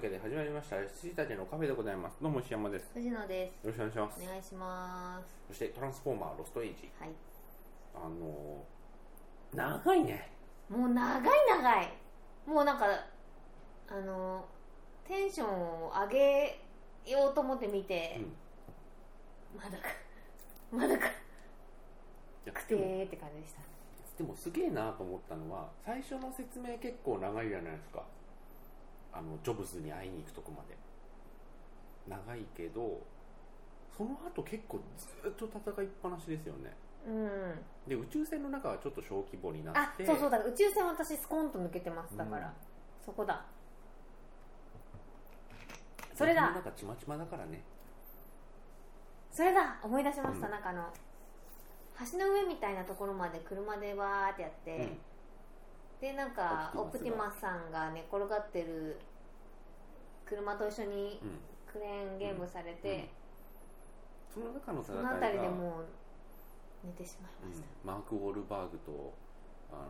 けで始まりました羊たちのカフェでございますどうも石山ですよ藤野です。ろしくお願いしますお願いします。そしてトランスフォーマーロストエイジはい。あのー、長いねもう長い長い。もうなんか、あの、テンションを上げようと思って見て、まだか、まだかいやくてでもーって感じでした。でもすげえなと思ったのは最初の説明結構長いじゃないですかあのジョブズに会いに行くとこまで長いけどその後結構ずっと戦いっぱなしですよねうん。で宇宙船の中はちょっと小規模になあっ、てそうそう、だから宇宙船私スコンと抜けてます。だから、うんそこだ。それだなんかちまちまだからねそれだ思い出しました、うんなんかあの、橋の上みたいなところまで車でわーってやって、うんでなんかオオププテティィママスさんが寝転がってる車と一緒にうんクレーンゲームされて、その中の戦そのい辺りでが、もう寝てしまいましうんマーク・ウォルバーグとあ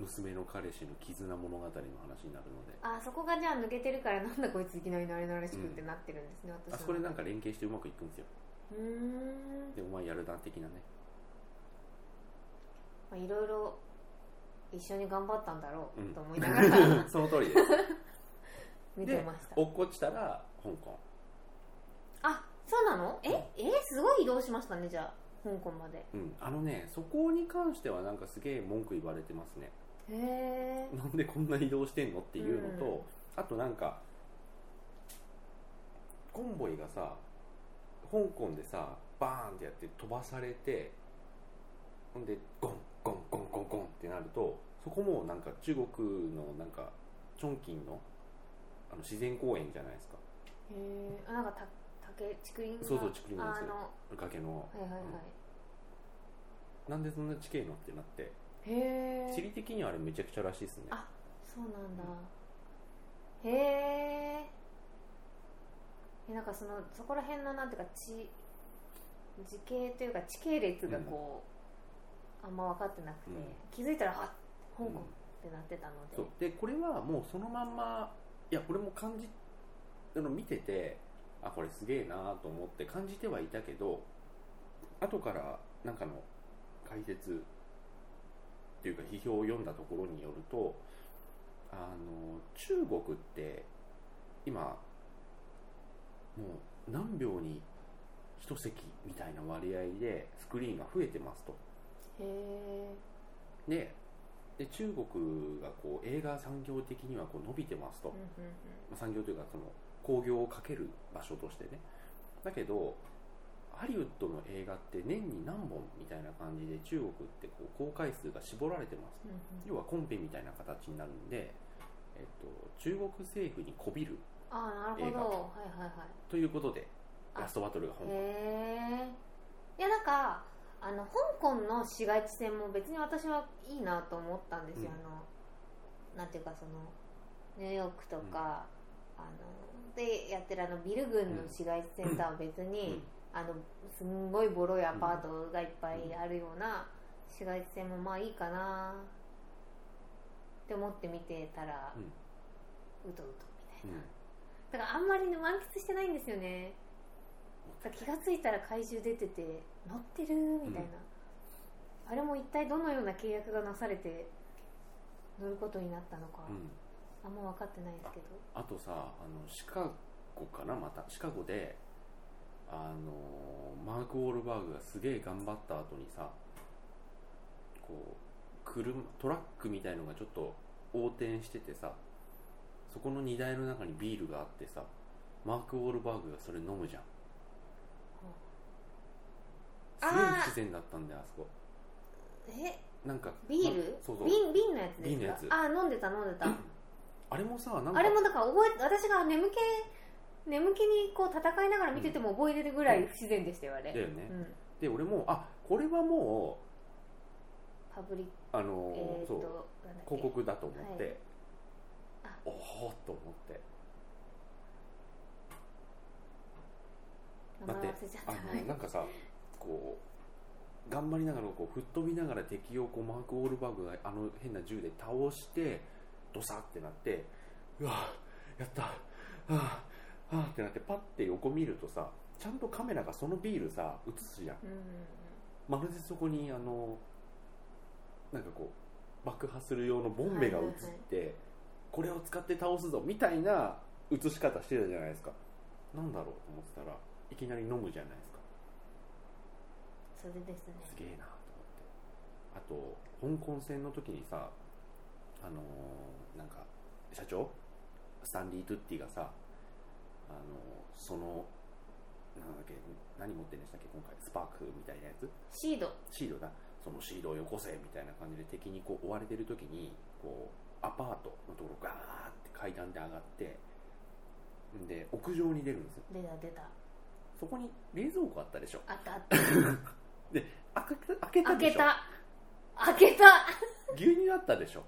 の娘の彼氏の絆物語の話になるのでた、あそこがじゃあ抜けてるからなんだこいついきなり慣れ慣れしくってなってるんですね、私あのそこでなんか連携してうまくいくんですようーんでお前やるな的 なねまあいろいろ一緒に頑張ったんだろうんうと思いながら、その通りです 見てました落っこちたら香港あそうなのええすごい移動しましたねじゃあ香港までうんあのねそこに関してはなんかすげえ文句言われてますねへえなんでこんな移動してんのっていうのと、うんあとなんかコンボイがさ香港でさバーンってやって飛ばされてほんでゴンゴンゴンゴンゴンってなるとそこもなんか中国のなんかチョンキンのあの自然公園じゃないですかへーあなんかた竹竹林がそうそう竹林なんあですよの崖のはいはいはなんでそんな地形のってなってい、へ地え理的にはあれめちゃくちゃらしいですねあそうなんだへーえなんかそのそこら辺のなんていうか地時系というか地系列がこう、あんま分かってなくて、うん気づいたらあ香港うんってなってたので、そうでこれはもうそのまんまいやこれも感じあの見ててあこれすげえなと思って感じてはいたけど後からなんかの解説っていうか批評を読んだところによるとあの中国って今もう何秒に一席みたいな割合でスクリーンが増えてますと。へえでで中国がこう映画産業的にはこう伸びてますと、うんうんまあ産業というかその興行をかける場所としてねだけどハリウッドの映画って年に何本みたいな感じで中国ってこう公開数が絞られてますうんうんうん要はコンペみたいな形になるんで、えっと、中国政府にこびるああなるほどはいはいはいということであラストバトルが本へえいやなんかあの香港の市街地線も別に私はいいなと思ったんですよ、うんあのなんていうかそのニューヨークとか、あのでやってるあのビル群の市街地センターは別うにん、あのすんごいボロいアパートがいっぱいあるような市街地線もまあいいかなって思って見てたら、ううんとうとみたいな。うんだからあんまりね満喫してないんですよねだから気がついたら怪獣出てて乗ってるみたいな、あれも一体どのような契約がなされて乗ることになったのか、うんあんま分かってないですけどあとさあのシカゴかなまたシカゴであのマーク・ウォールバーグがすげえ頑張った後にさこう車トラックみたいのがちょっと横転しててさそこの荷台の中にビールがあってさマーク・ウォールバーグがそれ飲むじゃんあーすごい不自然だったんだよあそこえなんかビーまル、そうそう瓶瓶のやつ瓶のでやすつかあ飲んでた飲んでたあれもさなんかあれもだから覚え私が眠気眠気にこう戦いながら見てても覚えてるぐらい不自然でしたよあれ、だようね、ん、で俺もあこれはもパブリッうあクのえー、そうっとなんだっけ広告だと思って、はいあおおっと思って名前忘れちゃったあのなんかさこう頑張りながらこう吹っ飛びながら敵をこうマーク・ウォールバーグがあの変な銃で倒してドサってなってうわやったああってなってパッて横見るとさちゃんとカメラがそのビールさ映すじゃんうんまるでそこにあのなんかこう爆破する用のボンベが映って、これを使って倒すぞみたいな映し方してたじゃないですかなんだろうと思ってたらいきなり飲むじゃないですかそれですねすげえなと思ってあと香港戦の時にさあのーなんか社長スタンリー・トゥッティがさあのーそのなんだっけ何持ってんでしたっけ今回スパークみたいなやつシードシードだそのシードをよこせみたいな感じで敵にこう追われてる時にこうアパートのところガーって階段で上がってんで屋上に出るんですよ出た出たそこに冷蔵庫あったでしょあったあった開けた開けたで開けしょた開けた牛乳あったでしょ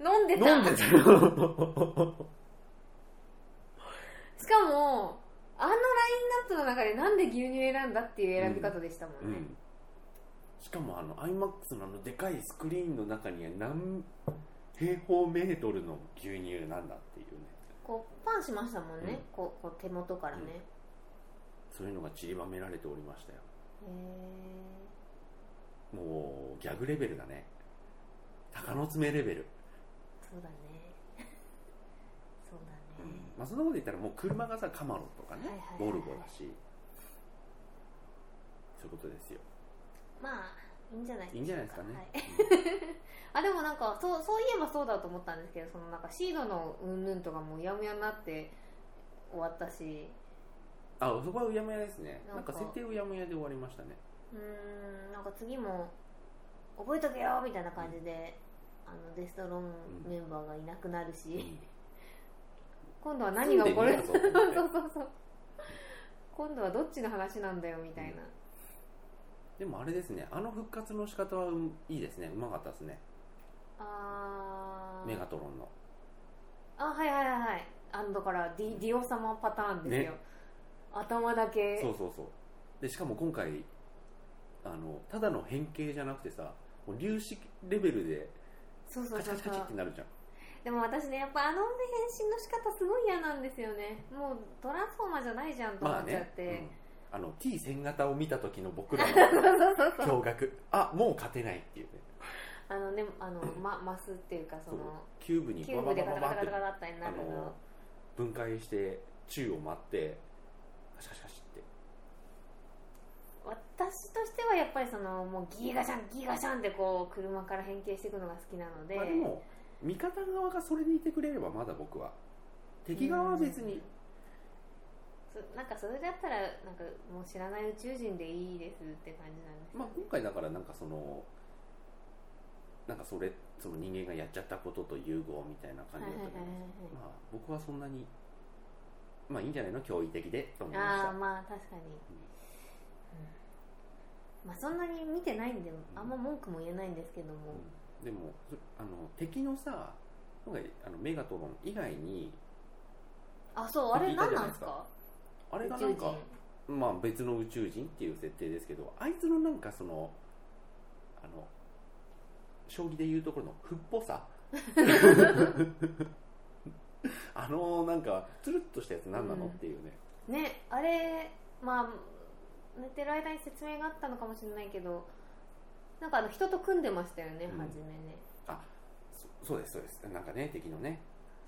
飲んでた飲んでた よしかもあのラインナップの中でなんで牛乳選んだっていう選び方でしたもうんね、んしかもあの iMAX のあのでかいスクリーンの中には何平方メートルの牛乳なんだっていうねこうパンしましたもんね、うんこうこう手元からね、うんへそういうのが散りばめられておりましたよえもうギャグレベルだね鷹の爪レベル、そうだね そうだね、まあ、そんなこと言ったらもう車がさカマロとかねはいはいはいボルボだしそういうことですよまあいいんじゃないいいんじゃないですかね、はいうんあでもなんかそうそういえばそうだと思ったんですけどそのなんかシードのうんぬんとかもうやむやになって終わったしあそこはうやむやですね なんなんかか設定うやむやで終わりましたねうーんなんか次も覚えとけよみたいな感じで、あのデストロンメンバーがいなくなるし、今度は何が起こる住んそでみようと思うってそうそう今度はどっちの話なんだよみたいな、でもあれですねあの復活の仕方はうんいいですねうまかったですねあメーガトロンのあはいはいはいはいあのだからディディオ様パターンですよ、ね頭だけそうそうそうでしかも今回あのただの変形じゃなくてさもう粒子レベルでそうそうカチそカうチカそチうってなるじゃんでも私ねやっぱあの変身の仕方すごい嫌なんですよねもうトランスフォーマーじゃないじゃんと思まあっちゃっね、て、うんあの T1000 型を見た時の僕らのそうそうそう驚愕あもう勝てないっていうねあのねあの、ま、マスっていうかそそうのキューブにキバューバブでバガバタガバタガってタガタってなあるのの分解して宙を舞ってカシャカシャカシって私としてはやっぱりそのもうギガシャンギガシャンってこう車から変形していくのが好きなので,、まあ、でも味方側がそれでいてくれればまだ僕は敵側は別にそなんかそれだったらなんかもう知らない宇宙人でいいですって感じなんですよまあ、今回だからなんかそのなんかそれその人間がやっちゃったことと融合みたいな感じはいだっはたいはいけど、まあ僕はそんなにまあいいんじゃないの驚異的でと思いまはしいああたーまあ確かに、うんまあそんなに見てないんであんま文句も言えないんですけども、うんでもそあの敵のさ今回あのメガトロン以外にあそうあれ聞いた何じゃなないでんすすかかあれがなんか、まあ、別の宇宙人っていう設定ですけどあいつのなんかそのあの将棋でいうところの不っぽさ あのなんかつるっとしたやつ何なの、うんっていうねねあれまあ寝てる間に説明があったのかもしれないけどなんかあの人と組んでましたよね、うん初めねそそうですそうですなんかね敵のね、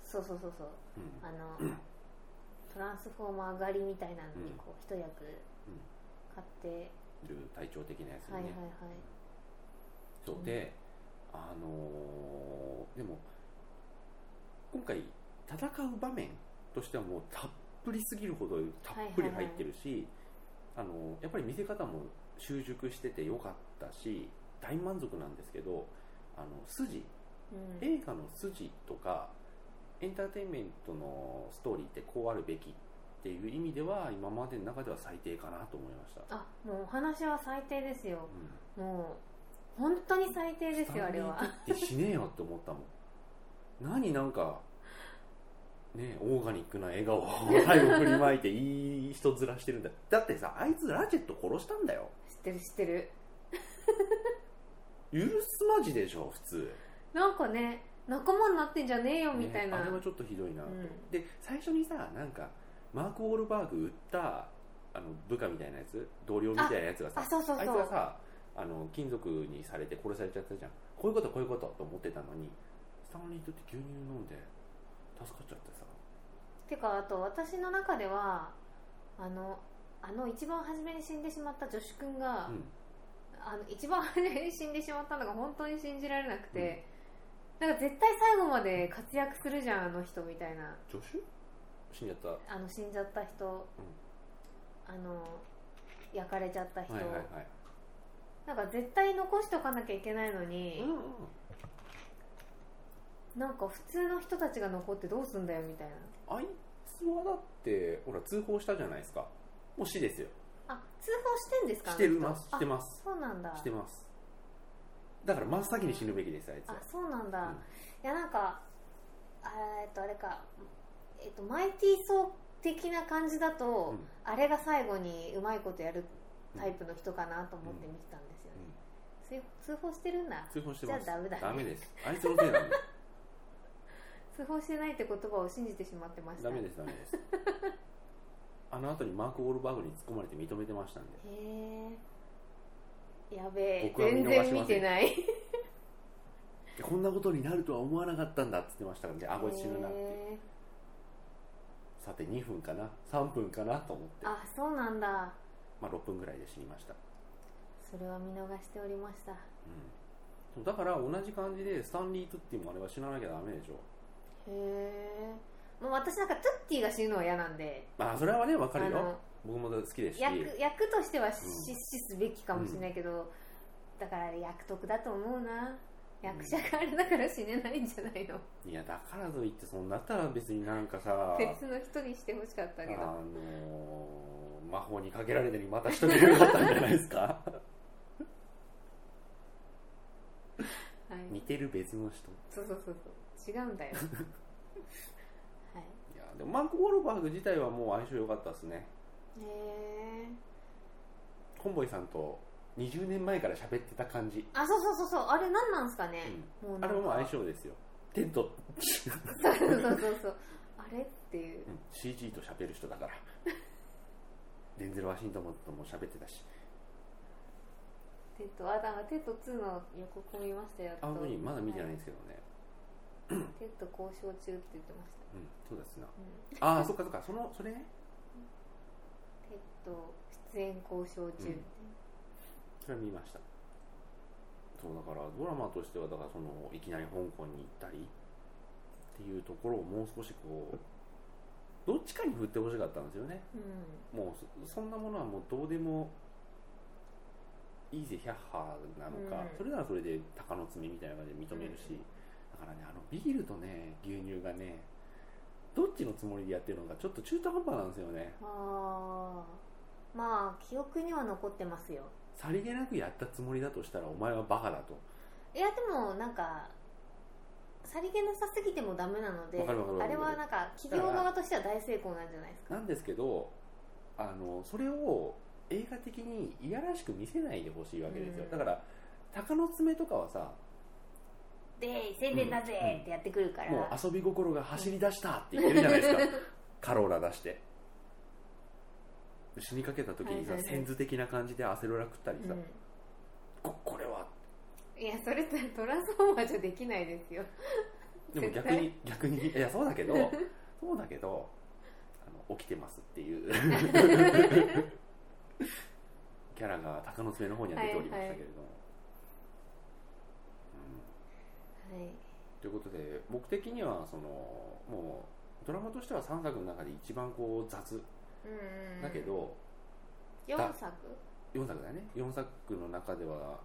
そうそうそうそううんあの、 トランスフォーマー狩りみたいなのにうんこう一役買って、いる体調的なやつにね、はいはいはいそううんであのーでも今回戦う場面としてはもうたっぷりすぎるほどたっぷり入ってるし、あのーやっぱり見せ方も習熟しててよかったし大満足なんですけどあの筋うん映画の筋とかエンターテインメントのストーリーってこうあるべきっていう意味では今までの中では最低かなと思いました、あもうお話は最低ですようんもう本当に最低ですよあれはスタンリーってしねえよって思ったもん何なんかねえオーガニックな笑顔を 最後振りまいていい人面してるんだだってさあいつラチェット殺したんだよ知ってる知ってる許すまじでしょ普通なんかね仲間になってんじゃねえよみたいな、ねあれはちょっとひどいなと、うんで最初にさなんかマーク・ウォールバーグ売ったあの部下みたいなやつ同僚みたいなやつがさあそうそうあいつそがうさあの金属にされて殺されちゃったじゃんこういうことこういうことと思ってたのにスタンリーとって牛乳飲んで助かっちゃってさてかあと私の中ではあのあの一番初めに死んでしまった女子くんが、うんあの一番初めに死んでしまったのが本当に信じられなくて、なんか絶対最後まで活躍するじゃんあの人みたいな助手死んじゃったはあの死んじゃった人、あの焼かれちゃった人、いはいはいなんか絶対残しておかなきゃいけないのにうん、うんなんか普通の人たちが残ってどうすんだよみたいなあいつはだってほら通報したじゃないですかもう死ですよあ通報してんですかしてるあのま人すしてあますそうなんだしてますだから真っ先に死ぬべきですあいつはあそうなんだ、うんいやなんかあーえっとあれかえっとマイティー・ソー的な感じだうと、んあれが最後にうまいことやるタイプの人かなと思って見てたんですよね、通通報してるんだ通報してますじゃあダメだねですあいつのせいなんで通報してないって言葉を信じてしまってましたダメですダメ ですあの後にマーク・ウォールバーグに突っ込まれて認めてましたんでへえやべえ僕は見全逃しません然見てないでこんなことになるとは思わなかったんだっつってましたからねあこれ死ぬなっていうへえさて2分かな3分かなと思ってあそうなんだまあ6分ぐらいで死にました、それは見逃しておりましたへうん、そうだから同じ感じでスタンリー・トゥッティもあれは死ななきゃダメでしょえもう私なんかトゥッティが死ぬのは嫌なんでまあそれはね分かるあのよ僕も好きですし役役としてはしうん死すべきかもしれないけど、だからあれ役得だと思うな役者があれだから死ねないんじゃないの、いやだからといってそうなったら別になんかさ別の人にしてほしかったあけどのー魔法にかけられたりまた一人でよかったんじゃないですか はい似てる別の人そうそうそうそう違うんだよはいいやでもマーク・ウォルバーグ自体はもう相性良かったですねへえコンボイさんと20年前から喋ってた感じ、あそうそうそうそうあれ何なんすかね、もうあなんれかはもう相性ですよテント、そうそうそうそうあれっていううん、CG と喋る人だからデンゼル・ワシントンとも喋ってたしテッドあだからテッド2の予告見ましたよやっとあの時まだ見てないはんですけどね、テッド交渉中って言ってました、うんそうですなうあん、あそっかそっかそのそれねテッド出演交渉中、うんそれは見ましたそうだからドラマとしてはだからそのいきなり香港に行ったりっていうところをもう少しこうどっちかに振ってほしかったんですよねうんもうそそんなものはもうどうでもいいぜヒャッハーなのか、うんそれならそれで鷹の爪みたいな感じで認めるし、うんだからねあのビールとね牛乳がねどっちのつもりでやってるのかちょっと中途半端なんですよねあーまあ記憶には残ってますよさりげなくやったつもりだとしたらお前はバカだといやでもなんかさりげなさすぎてもダメなのでわかるわかるわあかれるはなんか企業側としては大成功なんじゃないですかなんですけどあのそれを映画的にいやらしく見せないでほしいわけですよ、うんだから鷹の爪とかはさで宣伝だぜってやってくるから、もう遊び心が走り出したって言ってるじゃないです かカローラ出して死にかけた時にさ、はいはいはい先図的な感じでアセロラ食ったりさ、うんここれはいやそれってトランスフォーマーじゃできないですよでも逆に逆にいやそうだけ どそうだけどあの起きてますっていう キャラが鷹の爪の方には出ておりましたけれども、うんはいということで僕的にはそのもうドラマとしては3作の中で一番こう雑うんうんだけど、 4作4作だよね4作の中では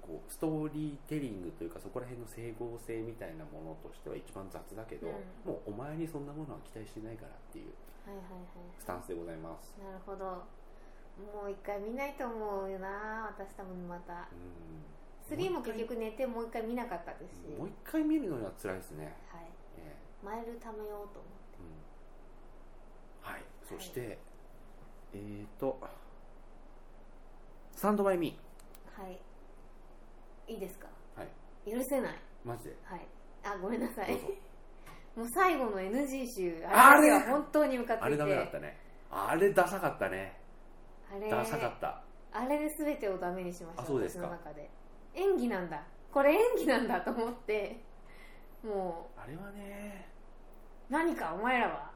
こうストーリーテリングというかそこら辺の整合性みたいなものとしては一番雑だけど、うんもうお前にそんなものは期待してないからっていうはいはいはいスタンスでございますなるほどもう一回見ないと思うよな私多分またう3も結局寝てもう一回見なかったですしんもう一回見るのには辛いですね、はいええマイル貯めようと思うんはいそして、えっ、ー、とスタンドバイミってはいいいですかはい許せないーマジではいあごめんなさどういぞもう最後の NG 集あれは本当に向かっていてあれダメだったねあれダサかったねあれダサかったあれで全てをダメにしましたあそうです私かの中で演技なんだこれ演技なんだと思ってもあれはねう何かお前らは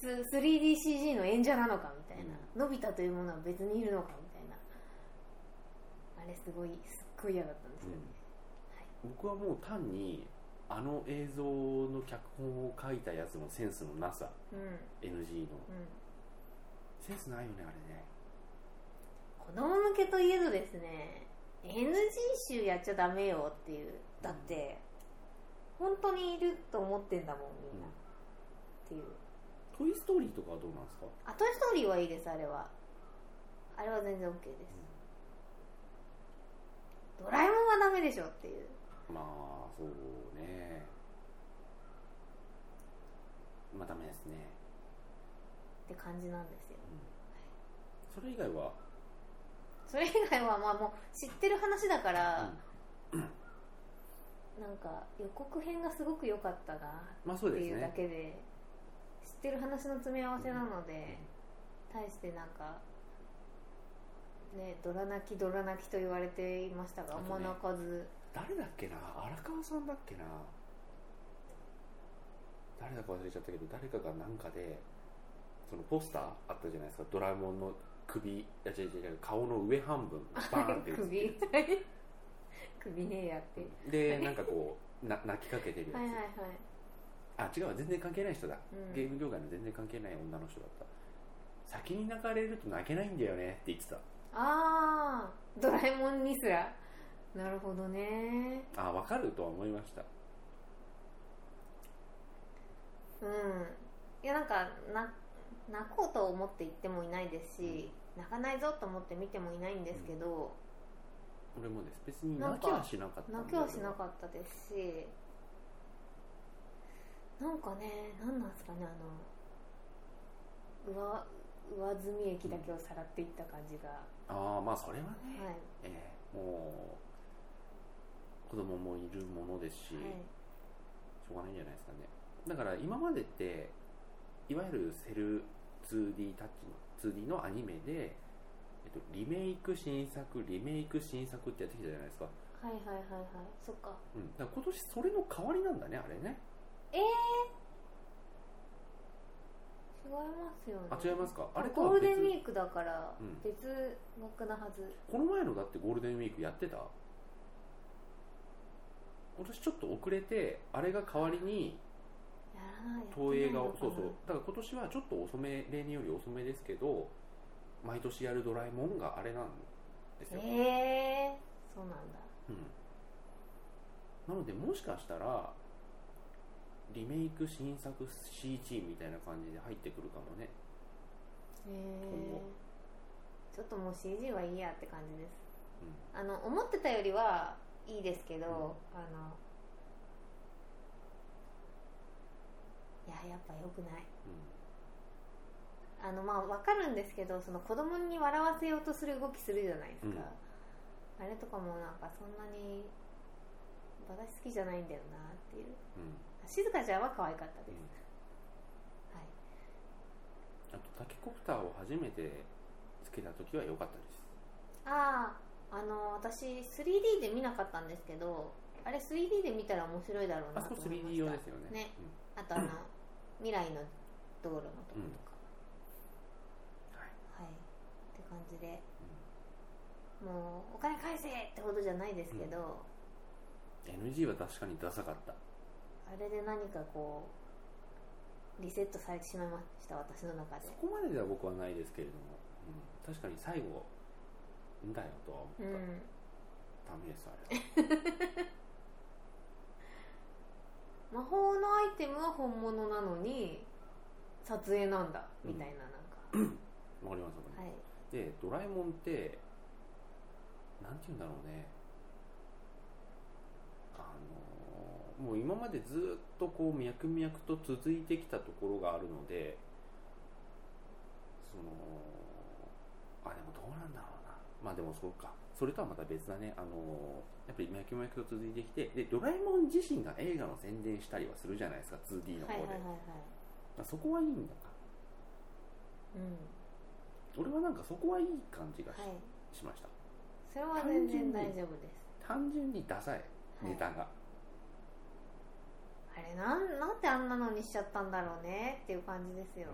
す 3DCG の演者なのかみたいな、のび太というものは別にいるのかみたいなあれすごいすっごい嫌だったんですよね、僕はもう単にあの映像の脚本を書いたやつのセンスのなさうん NG のうんセンスないよねあれね子供向けといえどですね NG 集やっちゃダメよっていうだって本当にいると思ってんだもんみんな、うんっていう「トイ・ストーリー」とかはどうなんですかあトイ・ストーリーはいいですあれはあれは全然 OK ですドラえもんはダメでしょっていうまあそうねまあダメですねって感じなんですよそれ以外は、それ以外はまあもう知ってる話だから、うんなんか予告編がすごく良かったなまあそうってでいすうだねけで知ってる話の詰め合わせなので、対してなんかねドラ泣きドラ泣きと言われていましたがああとんねま泣かず誰だっけな荒川さんだっけな誰だか忘れちゃったけど誰かがなんかでそのポスターあったじゃないですかドラえもんの首いや違う違う違う顔の上半分バーンって映っ 首てる首 ねえやってでなんかこうな泣きかけてるやつ、はいはいはいあ違うわ全然関係ない人だ、うんゲーム業界の全然関係ない女の人だった先に泣かれると泣けないんだよねって言ってたああドラえもんにすらなるほどねあ分かるとは思いましたうんいやなんかな泣こうと思って行ってもいないですし、泣かないぞと思って見てもいないんですけど、俺もです別になん泣かきはしなかったんだ泣きはしなかったですしなんかね何なんですかねあの上上積み液だけをさらっていった感じが、ああまあそれはね、はい、ええもう子供もいるものですし、はしょうがないんじゃないですかねだから今までっていわゆるセル 2D タッチの 2D のアニメで、えっと、リメイク新作リメイク新作ってやってきたじゃないですか,、い、はいはいはいはいそっかうん、だから今年それの代わりなんだねあれね違いますよねあ違いますかあれとゴーはル別デンウィークだからうん別枠なはず、この前のだってゴールデンウィークやってた私ちょっと遅れてあれが代わりにやらない東映がやってなそいのかなうそうだから今年はちょっと遅め例年より遅めですけど毎年やる「ドラえもん」があれなんですよ、ええそうなんだうん、なのでもしかしたらリメイク新作 CG みたいな感じで入ってくるかもねえ今後えちょっともう CG はいいやって感じですうんあの思ってたよりはいいですけど、あのいややっぱ良くないあのまあ分かるんですけどその子供に笑わせようとする動きするじゃないですか、あれとかもなんかそんなに私好きじゃないんだよなっていううんうん静香ちゃんは可愛かったうです、んはいあとタケコプターを初めてつけた時は良かったですあああの私 3D で見なかったんですけどあれ 3D で見たら面白いだろうあなそこと思いま 3D し用たですよねねあとあの未来の道路のとことか、うんはいはいって感じで、もうお金返せってほどじゃないですけど、 NG は確かにダサかったあれで何かこうリセットされてしまいました私の中でそこまででは僕はないですけれども、うん確かに最後んだよとは思った、うんダメですあれは魔法のアイテムは本物なのに撮影なんだみたいななんか、わかりますわかります、はいでドラえもんってなんて言うんだろうねあのもう今までずっとこう脈々と続いてきたところがあるのでそのあでもどうなんだろうなまあでもそうかそれとはまた別だね、あのやっぱり脈々と続いてきてでドラえもん自身が映画の宣伝したりはするじゃないですか 2D の方はいで、はいはいはいまあそこはいいんだかうん俺はなんかそこはいい感じがし,、はいましたそれは全然大丈夫です単純にダサいはいネタが、あれなんなんであんなのにしちゃったんだろうねっていう感じですよ、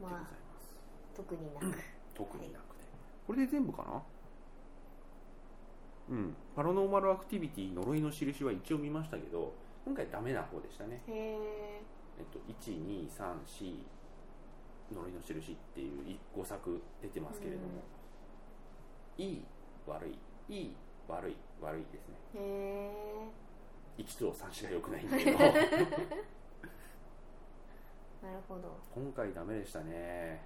うんでごはいざいまますあ特にな く特になくてこれで全部かなうんパラノーマルアクティビティ呪いの印は一応見ましたけど今回ダメな方でしたねへええっと、1234呪いの印っていうい5作出てますけれども、いい悪いいい悪い悪いですねへえ1と3しか良くないんだ けど今なるほど回ダメでしたねへ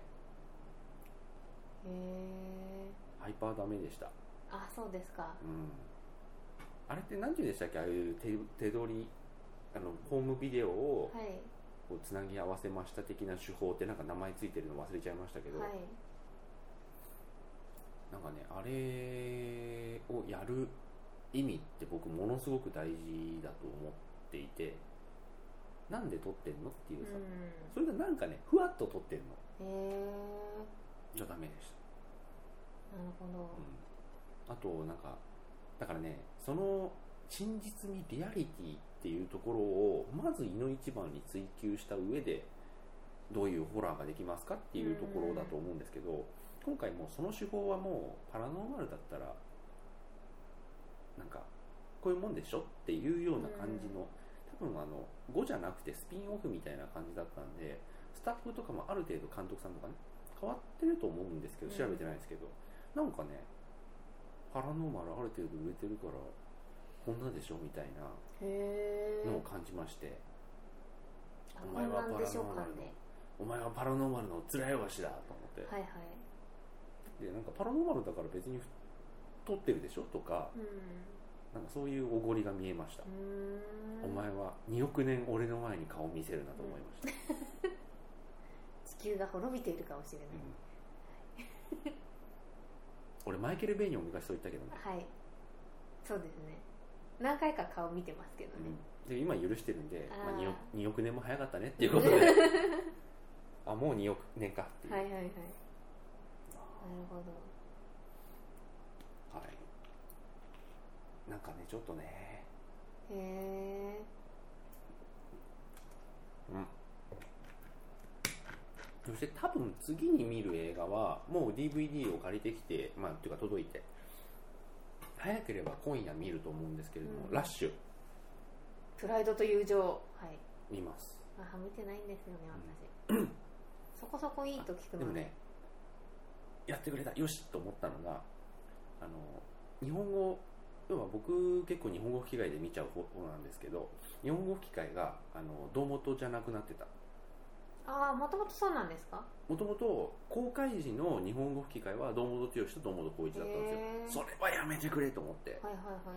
えハイパーダメでしたあそうですかうんあれって何て言うんでしたっけああいう手手取りあのホームビデオをはいこうつなぎ合わせました的な手法ってなんか名前ついてるの忘れちゃいましたけど、はいなんかねあれをやる意味って僕ものすごく大事だと思っていてなんで撮ってんのっていううさ、んそれがなんかねふわっと撮ってんのへえじゃダメでしなるほどた、うん、あとなんかだからねその真実にリアリティっていうところをまずいの一番に追求した上でどういうホラーができますかっていうところだと思うんですけど、今回もうその手法はもうパラノーマルだったらなんかこういうもんでしょっていうような感じの、多分あの5じゃなくてスピンオフみたいな感じだったんでスタッフとかもある程度監督さんとかね変わってると思うんですけどうん調べてないですけど、なんかねパラノーマルある程度売れてるからこんなでしょみたいなへえのを感じまして、あおこ前んはなんでしょうかパラノーマルねお前はパラノーマルの面よがしだと思って、はいはいでなんかパラノーマルだから別に撮ってるでしょとかうなんかそういうおごりが見えました、んうーんお前は2億年俺の前に顔を見せるなと思いました、地球が滅びているかもしれない、うん俺マイケル・ベイにお昔そう言ったけどね、はいそうですね何回か顔見てますけどね、うんで今許してるんで、まああー 2, 億2億年も早かったねっていうこと であもう2億年かっていう、はいはいはいなるほはいなんかねちょっとねどへえそして多分次に見る映画はもう DVD を借りてきてまあっていうか届いて早ければ今夜見ると思うんですけれども、うんラッシュプライドと友情はい見ますあ見てないんですよね私、そこそこいいと聞くのでもねやってくれたよしと思ったのがあの日本語要は僕結構日本語吹き替えで見ちゃう方なんですけど日本語吹き替えがあの堂本じゃなくなってたああもともとそうなんですかもともと公開時の日本語吹き替えは堂本剛と堂本光一だったんですよ、そへーれはやめてくれと思ってはいはいはい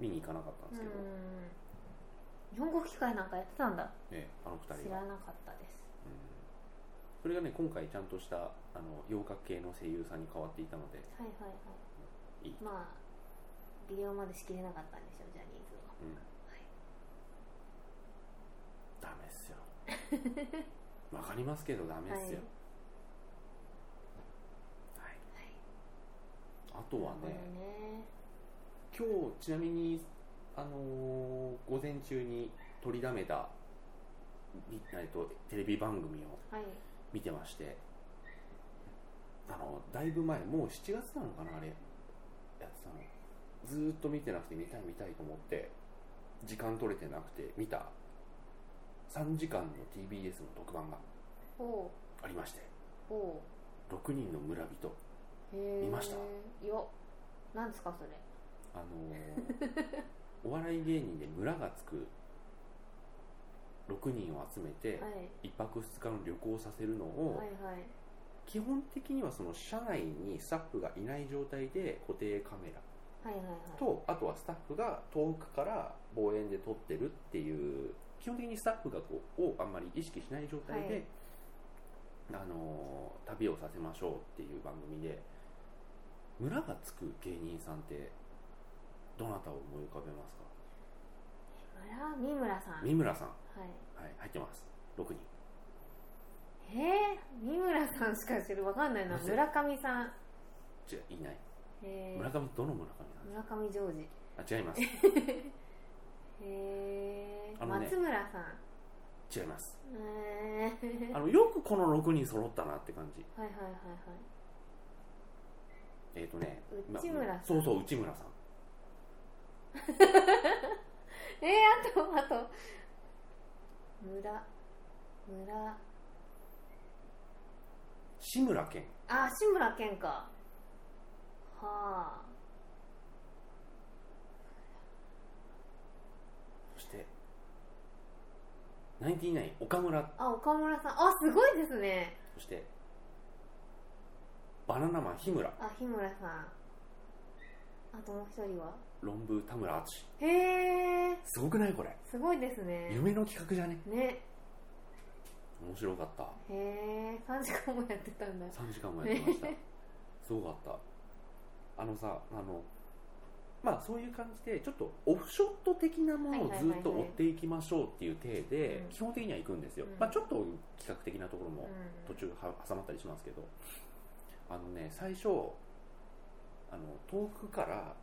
見に行かなかったんではすいけど、うん日本語機会なんかやってたんだね、あの2知人が、らうん、なかったですそれがね今回ちゃんとしたあの洋楽系の声優さんに変わっていたのではいはいはいい、いまあビデオまでしきれなかったんでしょうジャニーズはうんダメっす よわかりますけどダメっすよ、はいはいあとはなるね今日ちなみにあのー午前中に取りだめたびえっとテレビ番組をほどねはい見てましてあのだいぶ前もう7月なのかなあれやってたのずーっと見てなくて見たい見たいと思って時間取れてなくて見た3時間の TBS の特番がほありましてうほ「6人の村人うへえ見ましたよなんですかそれ」あのー お笑い芸人で村がつく6人を集めてはい1泊2日の旅行をさせるのを、はいはい基本的にはその社内にスタッフがいない状態で固定カメラはいはいはいとあとはスタッフが遠くから望遠で撮ってるっていう基本的にスタッフがこうをあんまり意識しない状態で、はいあのー旅をさせましょうっていう番組で村がつく芸人さんってどなたを思い浮かべますか村三村さんはい三村さん、はい、入ってます6人えー、三村さんしか知るわかんないななぜ村上さん違ういないえ村ー、上どの村上なんで村上ジョージすかあ違います えあー、のね松村さん違いますえー、あはいのよくこの6人揃ったなって感じはいはいえっ、とね内村さんまそうそう内村さんはいえー、あとあと村村志村けんあ志村けんかはあそしてナインティナイン岡村あ岡村さんあすごいですねそしてバナナマン日村あ日村さんあともう一人は論文田村淳へえすごくないこれすごいですね夢の企画じゃねね面白かったへえ3時間もやってたんだ3時間もやってま したすごかったあのさあのまあそういう感じでちょっとオフショット的なものをはいはいはいずはいっと追っていきましょうっていう体でうん基本的には行くんですよ、うんまあ、ちょっと企画的なところうもん途中は挟まったりしますけどあのね最初あの遠くから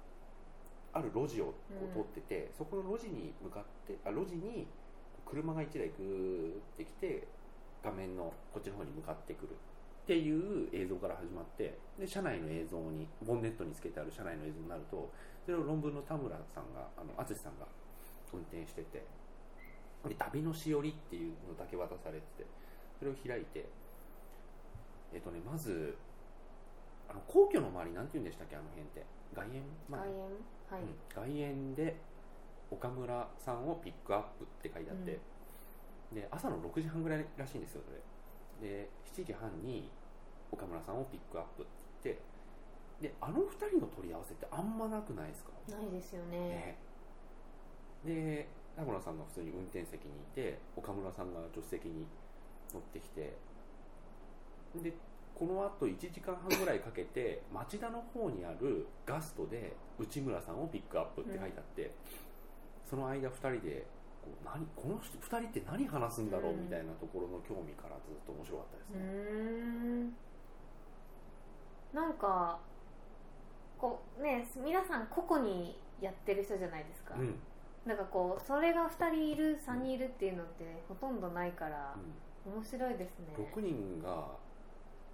ある路地をこう通ってて、そこの路地に向かってあ路地に車が1台グーってきて画面のこっちの方に向かってくるっていう映像から始まってで車内の映像にボンネットにつけてある車内の映像になるとそれを論文の田村さんがあの淳さんが運転しててで旅のしおりっていうのだけ渡されててそれを開いてえっとねまずあの皇居の周りなんて言うんでしたっけあの辺って外苑前外苑はい、うん外苑で岡村さんをピックアップって書いてあって、で朝の6時半ぐらいらしいんですよそれで7時半に岡村さんをピックアップって言ってであの2人の取り合わせってあんまなくないですかないですよねねで田村さんが普通に運転席にいて岡村さんが助手席に乗ってきてでこのあと1時間半ぐらいかけて町田の方にあるガストで内村さんをピックアップって書いてあって、その間2人でこう何この人2人って何話すんだろううんみたいなところの興味からずっと面白かったですうーね、んなんかこうね皆さん個々にやってる人じゃないですか、うんうんなんかこうそれが2人いる3人いるっていうのってほとんどないから面白いですね6人が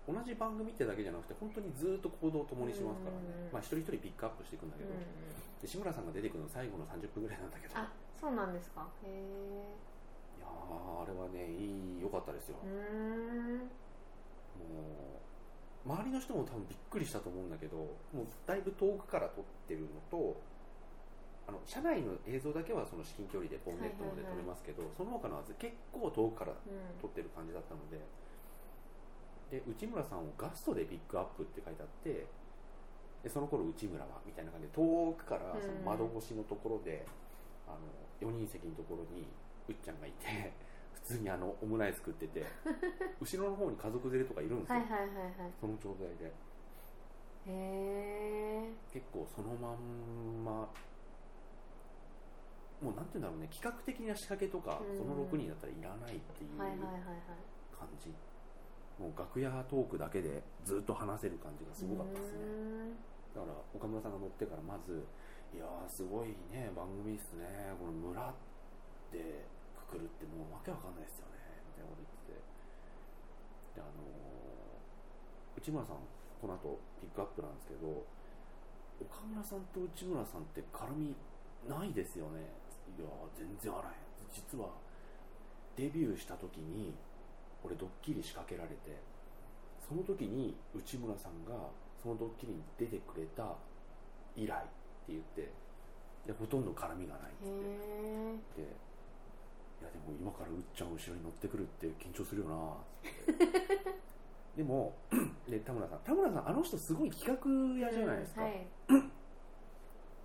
同じ番組ってだけじゃなくて本当にずっと行動を共にしますからうんうんうね、んまあ、一人一人ピックアップしていくんだけうど、んで志村さんが出てくるの最後の30分ぐらいなんだけどいやあそうなんですかへえーあれはねいい良かったですよ、うーんもう周りの人も多分びっくりしたと思うんだけどもうだいぶ遠くから撮ってるのとあの車内の映像だけはその至近距離でボンネットまで撮れますけど、その他のは結構遠くからうん撮ってる感じだったのでで内村さんをガストでピックアップって書いてあってでその頃内村はみたいな感じで遠くからうんその窓越しのところで、あの4人席のところにうっちゃんがいて普通にあのオムライス食って て後ろの方に家族連れとかいるんですよ、はいはいはいはいその状態でへえ結構そのまんまもうなんて言うんだろうね企画的な仕掛けとか、うんその6人だったらいらないっていうはいはいはいはい感じもう楽屋トークだけでずっと話せる感じがすごかったですねうーんだから岡村さんが乗ってからまずいやーすごいね番組っすねこの村でくくるってもうわけわかんないですよねみたいなこと言っててであのー内村さんこの後ピックアップなんですけど岡村さんと内村さんって絡みないですよねいやー全然あらへん実はデビューした時に俺ドッキリ仕掛けられてその時に内村さんがそのドッキリに出てくれた以来って言ってでほとんど絡みがないって言ってへでいやでも今からうっちゃん後ろに乗ってくるって緊張するよなっつって でも で田村さん田村さんあの人すごい企画え屋じゃないですか、うんはい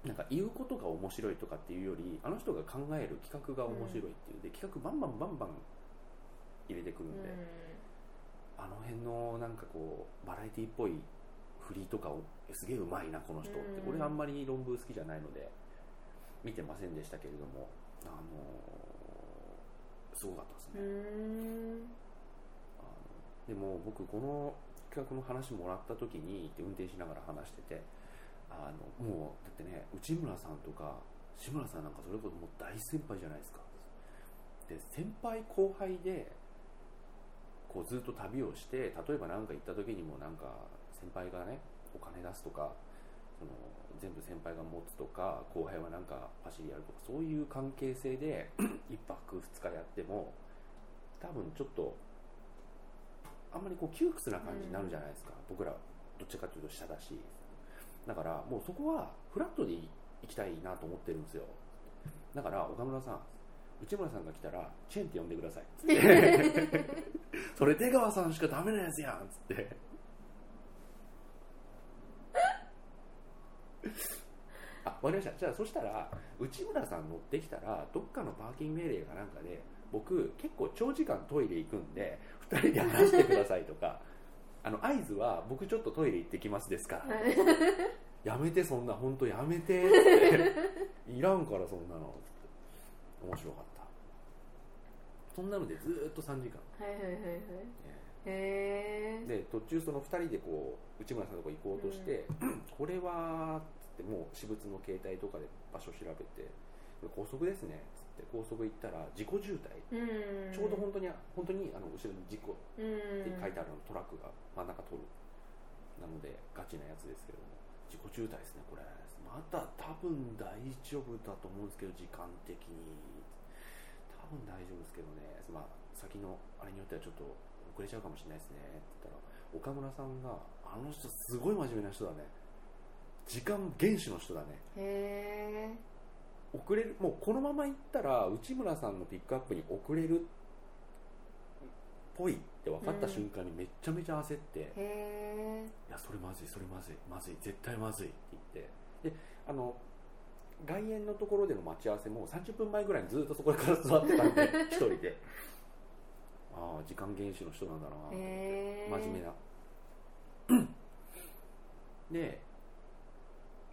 なんか言うことが面白いとかっていうよりあの人が考える企画が面白いっていうで企画バンバンバンバン入れてくるうんで、あの辺のなんかこうバラエティっぽい振りとかをすげえうまいなこの人ってうん俺あんまり論文好きじゃないので見てませんでしたけれどもあのーすごかったですね、うんあのでも僕この企画の話もらった時に運転しながら話しててあのもうだってね内村さんとか志村さんなんかそれこそもう大先輩じゃないですかで先輩後輩でこうずっと旅をして例えば何か行った時にもなんか先輩がねお金出すとかその全部先輩が持つとか後輩はなんかパシリやるとかそういう関係性で 一泊二日やっても多分ちょっとあんまりこう窮屈な感じになるじゃないですか、僕らどっちかというと下だしだからもうそこはフラットでい行きたいなと思ってるんですよだから岡村さん内村さんが来たらチェンって呼んでくださいつってそれ出川さんしかダメなやつやんっつって あわかりましたじゃあそしたら内村さん乗ってきたらどっかのパーキング命令かなんかで僕結構長時間トイレ行くんで2人で話してくださいとか あの合図は僕ちょっとトイレ行ってきますですからやめてそんな本当やめて っていらんからそんなのって面白かったそんなのでずーっと3時間、はいはいはいはいねへえで途中その2人でこう内村さんのとこ行こうとして、これはつってもう私物の携帯とかで場所調べてこれ高速ですねつって高速行ったら事故渋滞、うんちょうど本当に本当にあの後ろに事故当にって書いてあるのトラックが真ん中通るなのでガチなやつですけども自己渋滞ですねこれまだ多分大丈夫だと思うんですけど時間的に多分大丈夫ですけどね、まあ、先のあれによってはちょっと遅れちゃうかもしれないですねって言ったら岡村さんが「あの人すごい真面目な人だね時間厳守の人だねへ遅れるもうこのまま行ったら内村さんのピックアップに遅れるっぽいって分かった瞬間にめっちゃめちゃ焦って、えへえいやそれまずいそれまずいまずい絶対まずいって言ってであの外苑のところでの待ち合わせも30分前ぐらいにずっとそこから座ってたんで一人でああ時間厳守の人なんだなと思ってへ真ー面目なで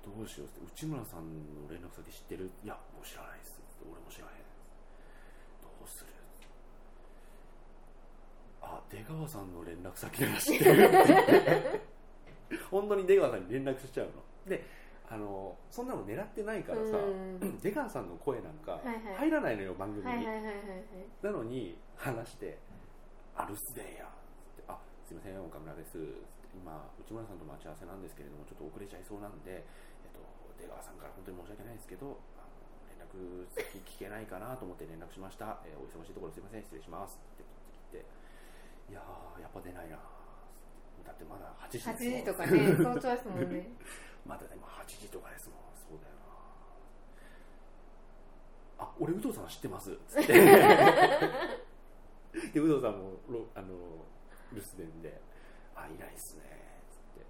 どうしようって内村さんの連絡先知ってるいやもう知らないです俺も知らへんどうするあ出川さんの連絡先なら知ってるって言って本当に出川さんに連絡しちゃうのであのそんなの狙ってないからさ、うん出川さんの声なんかいはい入らないのよ、番組に、はいはいはいはい はいなのに話して「あ留守電や」ってあすいません岡村です」今内村さんと待ち合わせなんですけれどもちょっと遅れちゃいそうなんで、えっと、出川さんから本当に申し訳ないですけどあの連絡先聞けないかなと思って連絡しました、えーお忙しいところすいません失礼します」って言って「いやーやっぱ出ないな」だってまだ8時ですもん8時とかね早朝ですもんねまだでも8時とかですもんそうだよなあ俺有働さん知ってます つってで有働さんもろあの留守電で「あいないっすね」つって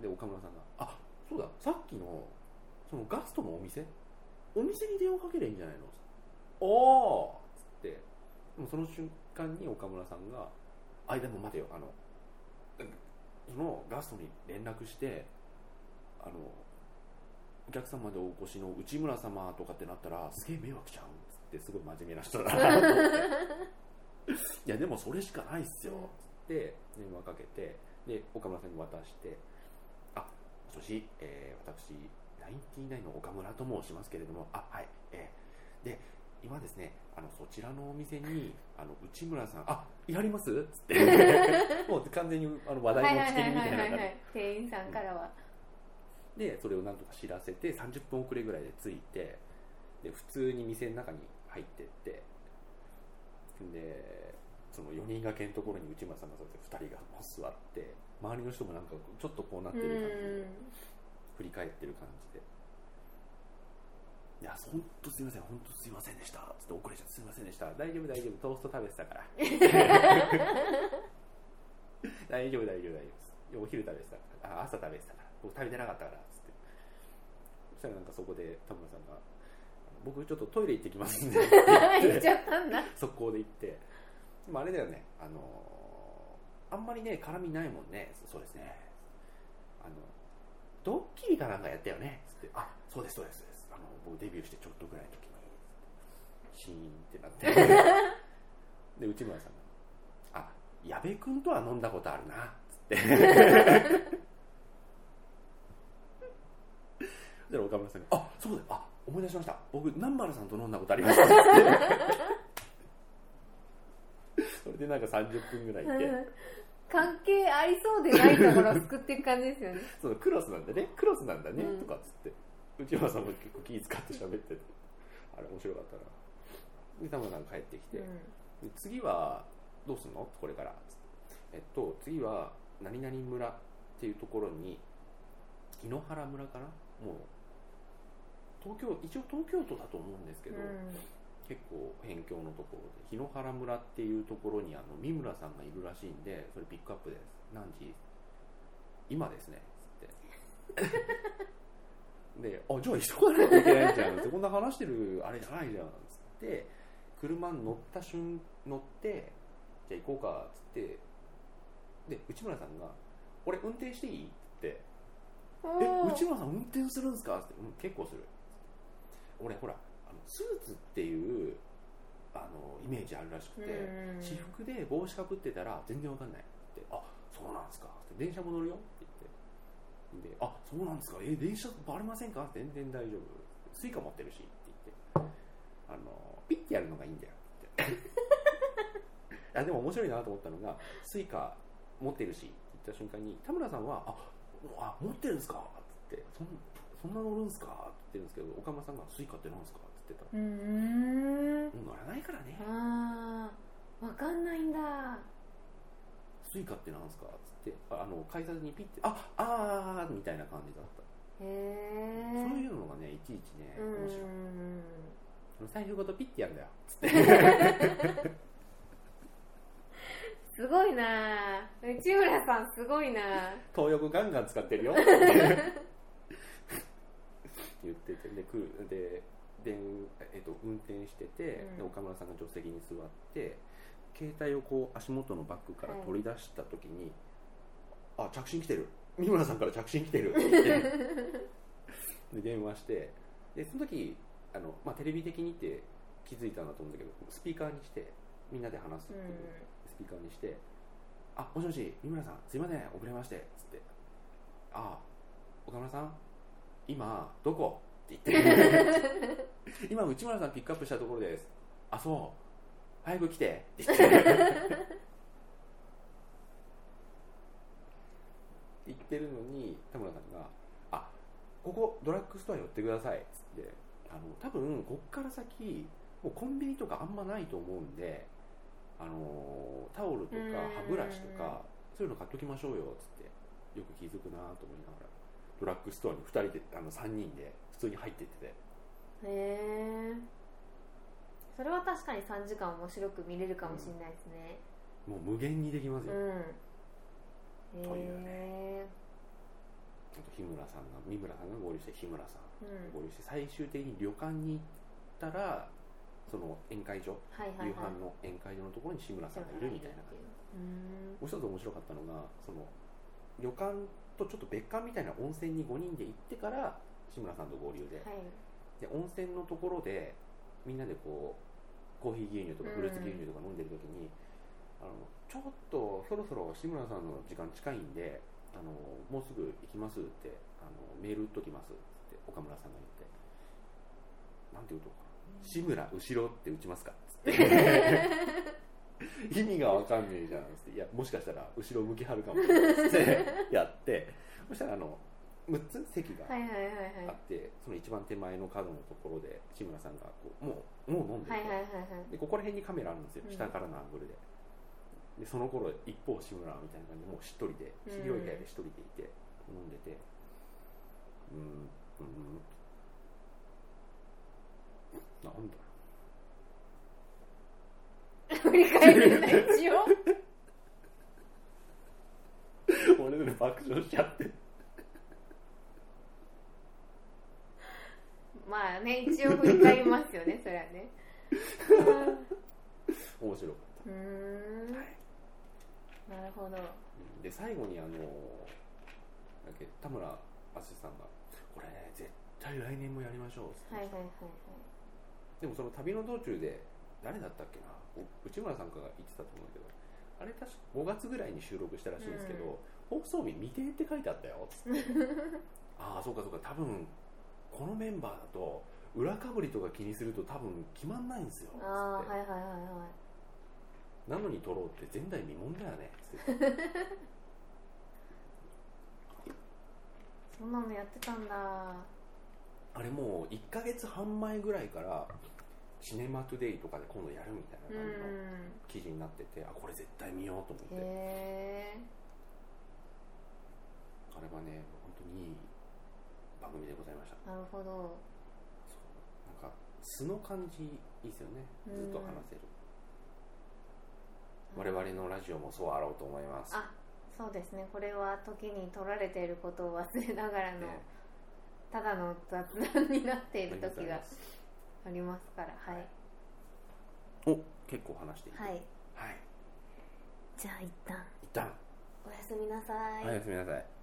で岡村さんが「あそうださっきのそのガストのお店お店に電話かけりゃいいんじゃないの?」おお」つってでもその瞬間に岡村さんが「あでも待てよあのそのガストに連絡してあのお客様でお越しの内村様とかってなったらすげえ迷惑ちゃうっつってすごい真面目な人だなと思って いやでもそれしかないっすようんつって電話かけてで岡村さんに渡して「あもしもし、えー私99の岡村と申しますけれどもあはいえーで今ですねあのそちらのお店にあの内村さんあやります?」っつって もう完全にあの話はい題はいのは聞いきはみたいない感はじい店員さんからはでそれをなんとか知らせて30分遅れぐらいで着いてで普通に店の中に入ってってでその4人掛けのところに内村さんが座って2人がもう座って周りの人もなんかちょっとこうなっうてん る感じで振り返ってる感じで「いや本当すいません本当すいませんでした」ちょっと遅れちゃってすいませんでした大丈夫大丈夫トースト食べてたから 大丈夫大丈夫大丈夫ですいやお昼食べてたからあ朝食べてたから僕食べてなかったからっつってそしたらなんかそこで田村さんが「僕ちょっとトイレ行ってきますんで」って言っ 言ってちゃったんだ速攻で行ってでもあれだよねあのーあんまりね絡みないもんねそそうですねあのドッキリかなんかやったよねつってあそうですそうですそうですあの僕デビューしてちょっとぐらいの時にシーンってなってで内村さんがあ矢部君とは飲んだことあるなつってで岡村さんがあそうだあ思い出しました僕南原さんと飲んだことありますつってそれでなんか30分ぐらいいて関係ありそうでないところを救っていく感じで すよねそのクロスなんだねクロスなんだね、うんとかっつって内山さんも結構気使って喋っててあれ面白かったなで田村さんが帰ってきて、うんで次はどうすんのこれからつってえっと次は何々村っていうところに檜原村かなもう東京一応東京都だと思うんですけど、結構辺境のところで檜原村っていうところにあの三村さんがいるらしいんでそれピックアップです何時今ですねつって で「あじゃあ急がないといけないじゃん」ってこんな話してるあれじゃないじゃん」つって車に乗った瞬乗って「じゃあ行こうか」っつってで内村さんが「俺運転していい?」ってうんえおー内村さん運転するんですか?」って「うん結構する」俺ほらあのスーツっていうあのイメージあるらしくて、うん私服で帽子かぶってたら全然わかんないって「あそうなんですか」って「電車も乗るよ」って言って「であそうなんですかえ電車バレませんか?」全然大丈夫スイカ持ってるし」って言って「あのピッてやるのがいいんだよ」って あでも面白いなと思ったのが「スイカ持ってるし」って言った瞬間に田村さんは「ああ持ってるんですか?」って言ってそん「そんな乗るんですか?」って言ってるんですけど岡村さんが「スイカってなんですか?」って言ってたらうー「んもう乗らないからね」あーわかんないんだスイカってなんですか?」っつってああの改札にピッて「ああー」みたいな感じだった、へえそういうのがねいちいちね面白い最初ごとピッてやるんだよすごいなあ内村さんすごいなあ東横ガンガン使ってるよ って言っててで来るでで、えっと、運転してて、うんで岡村さんが助手席に座って携帯をこう足元のバッグから取り出した時に「あ着信来てる三村さんから着信来てる」って言ってで 電話してでその時あの、まあ、テレビ的にって気づいたんだと思うんだけどスピーカーにしてみんなで話すっていうんう、スピーカーにして「あもしもし三村さんすいません遅れまして」つって「ああ岡村さん今どこ?」って言って「 今内村さんピックアップしたところです」「あそう早く来て」 って言って言ってるのに田村さんが「あここドラッグストア寄ってください」つってあの多分こっから先もうコンビニとかあんまないと思うんであのタオルとかうん歯ブラシとかそういうの買っときましょうよっつってよく気づくなと思いながらドラッグストアに2人であの3人で普通に入ってっててへえそれは確かに3時間面白く見れるかもしれないですねもう無限にできますうよ、あんへというえと日村さんが三村さんが合流して日村さんうん合流して最終的に旅館に行ったらその宴会場はいはいはい夕飯の宴会場のところに志村さんがいるみたいな感じうんもう一つ面白かったのがその旅館とちょっと別館みたいな温泉に5人で行ってから志村さんと合流で,、はいで温泉のところでみんなでこうコーヒー牛乳とかフルーツ牛乳とか飲んでる時に、あのちょっとそろそろ志村さんの時間近いんであのもうすぐ行きますってあのメール打っときますって岡村さんが言ってなんて言うとこかな志村後ろって打ちますかつって 意味がわかんねえじゃんつっていやもしかしたら後ろ向きはるかもつってやってそしたらあの6つ席がはいはいはあいはってその一番手前の角のところで志村さんがこうもうもう飲んでいて、はいはいはいはいでここら辺にカメラあるんですようん下からのアングルで,、でその頃一方志村みたいな感じでもう一人でうん広い部屋で一人でいて飲んでてうんうんなんだ振り返るんだ一応俺の爆笑しちゃってまあね一応振り返りますよねそれはねうん面白かっうーんなるほどほどうんで最後にあのなんだっけ田村淳さんが「これね絶対来年もやりましょう」っつってはいはいはいはいでもその旅の道中で誰だったっけなお内村さんかが言ってたと思うんだけどあれ確か5月ぐらいに収録したらしいんですけど、放送日未定って書いてあった よっつってああそうかそうか多分このメンバーだと裏かぶりとか気にすると多分決まんないんですよつって、ああはいはいはいはなのに撮ろうって前代未聞だよねつっていそんなのやってたんだあれもう1ヶ月半前ぐらいからシネマトゥデイとかで今度やるみたういな感じのん記事になってて、あこれ絶対見ようと思ってへえあれはね、本当にいい番組でございました。なるほどそうなんか素の感じいいですよね。うんずっと話せる。我々のラジオもそうあろうと思います。あそうですねこれは時に取られていることを忘れながらの、ねただの雑談になっていあるりがとうござ時いがますありますからはいお、結構話していい。はいはい。じゃあ一旦一旦おやすみなさおやすみなさい。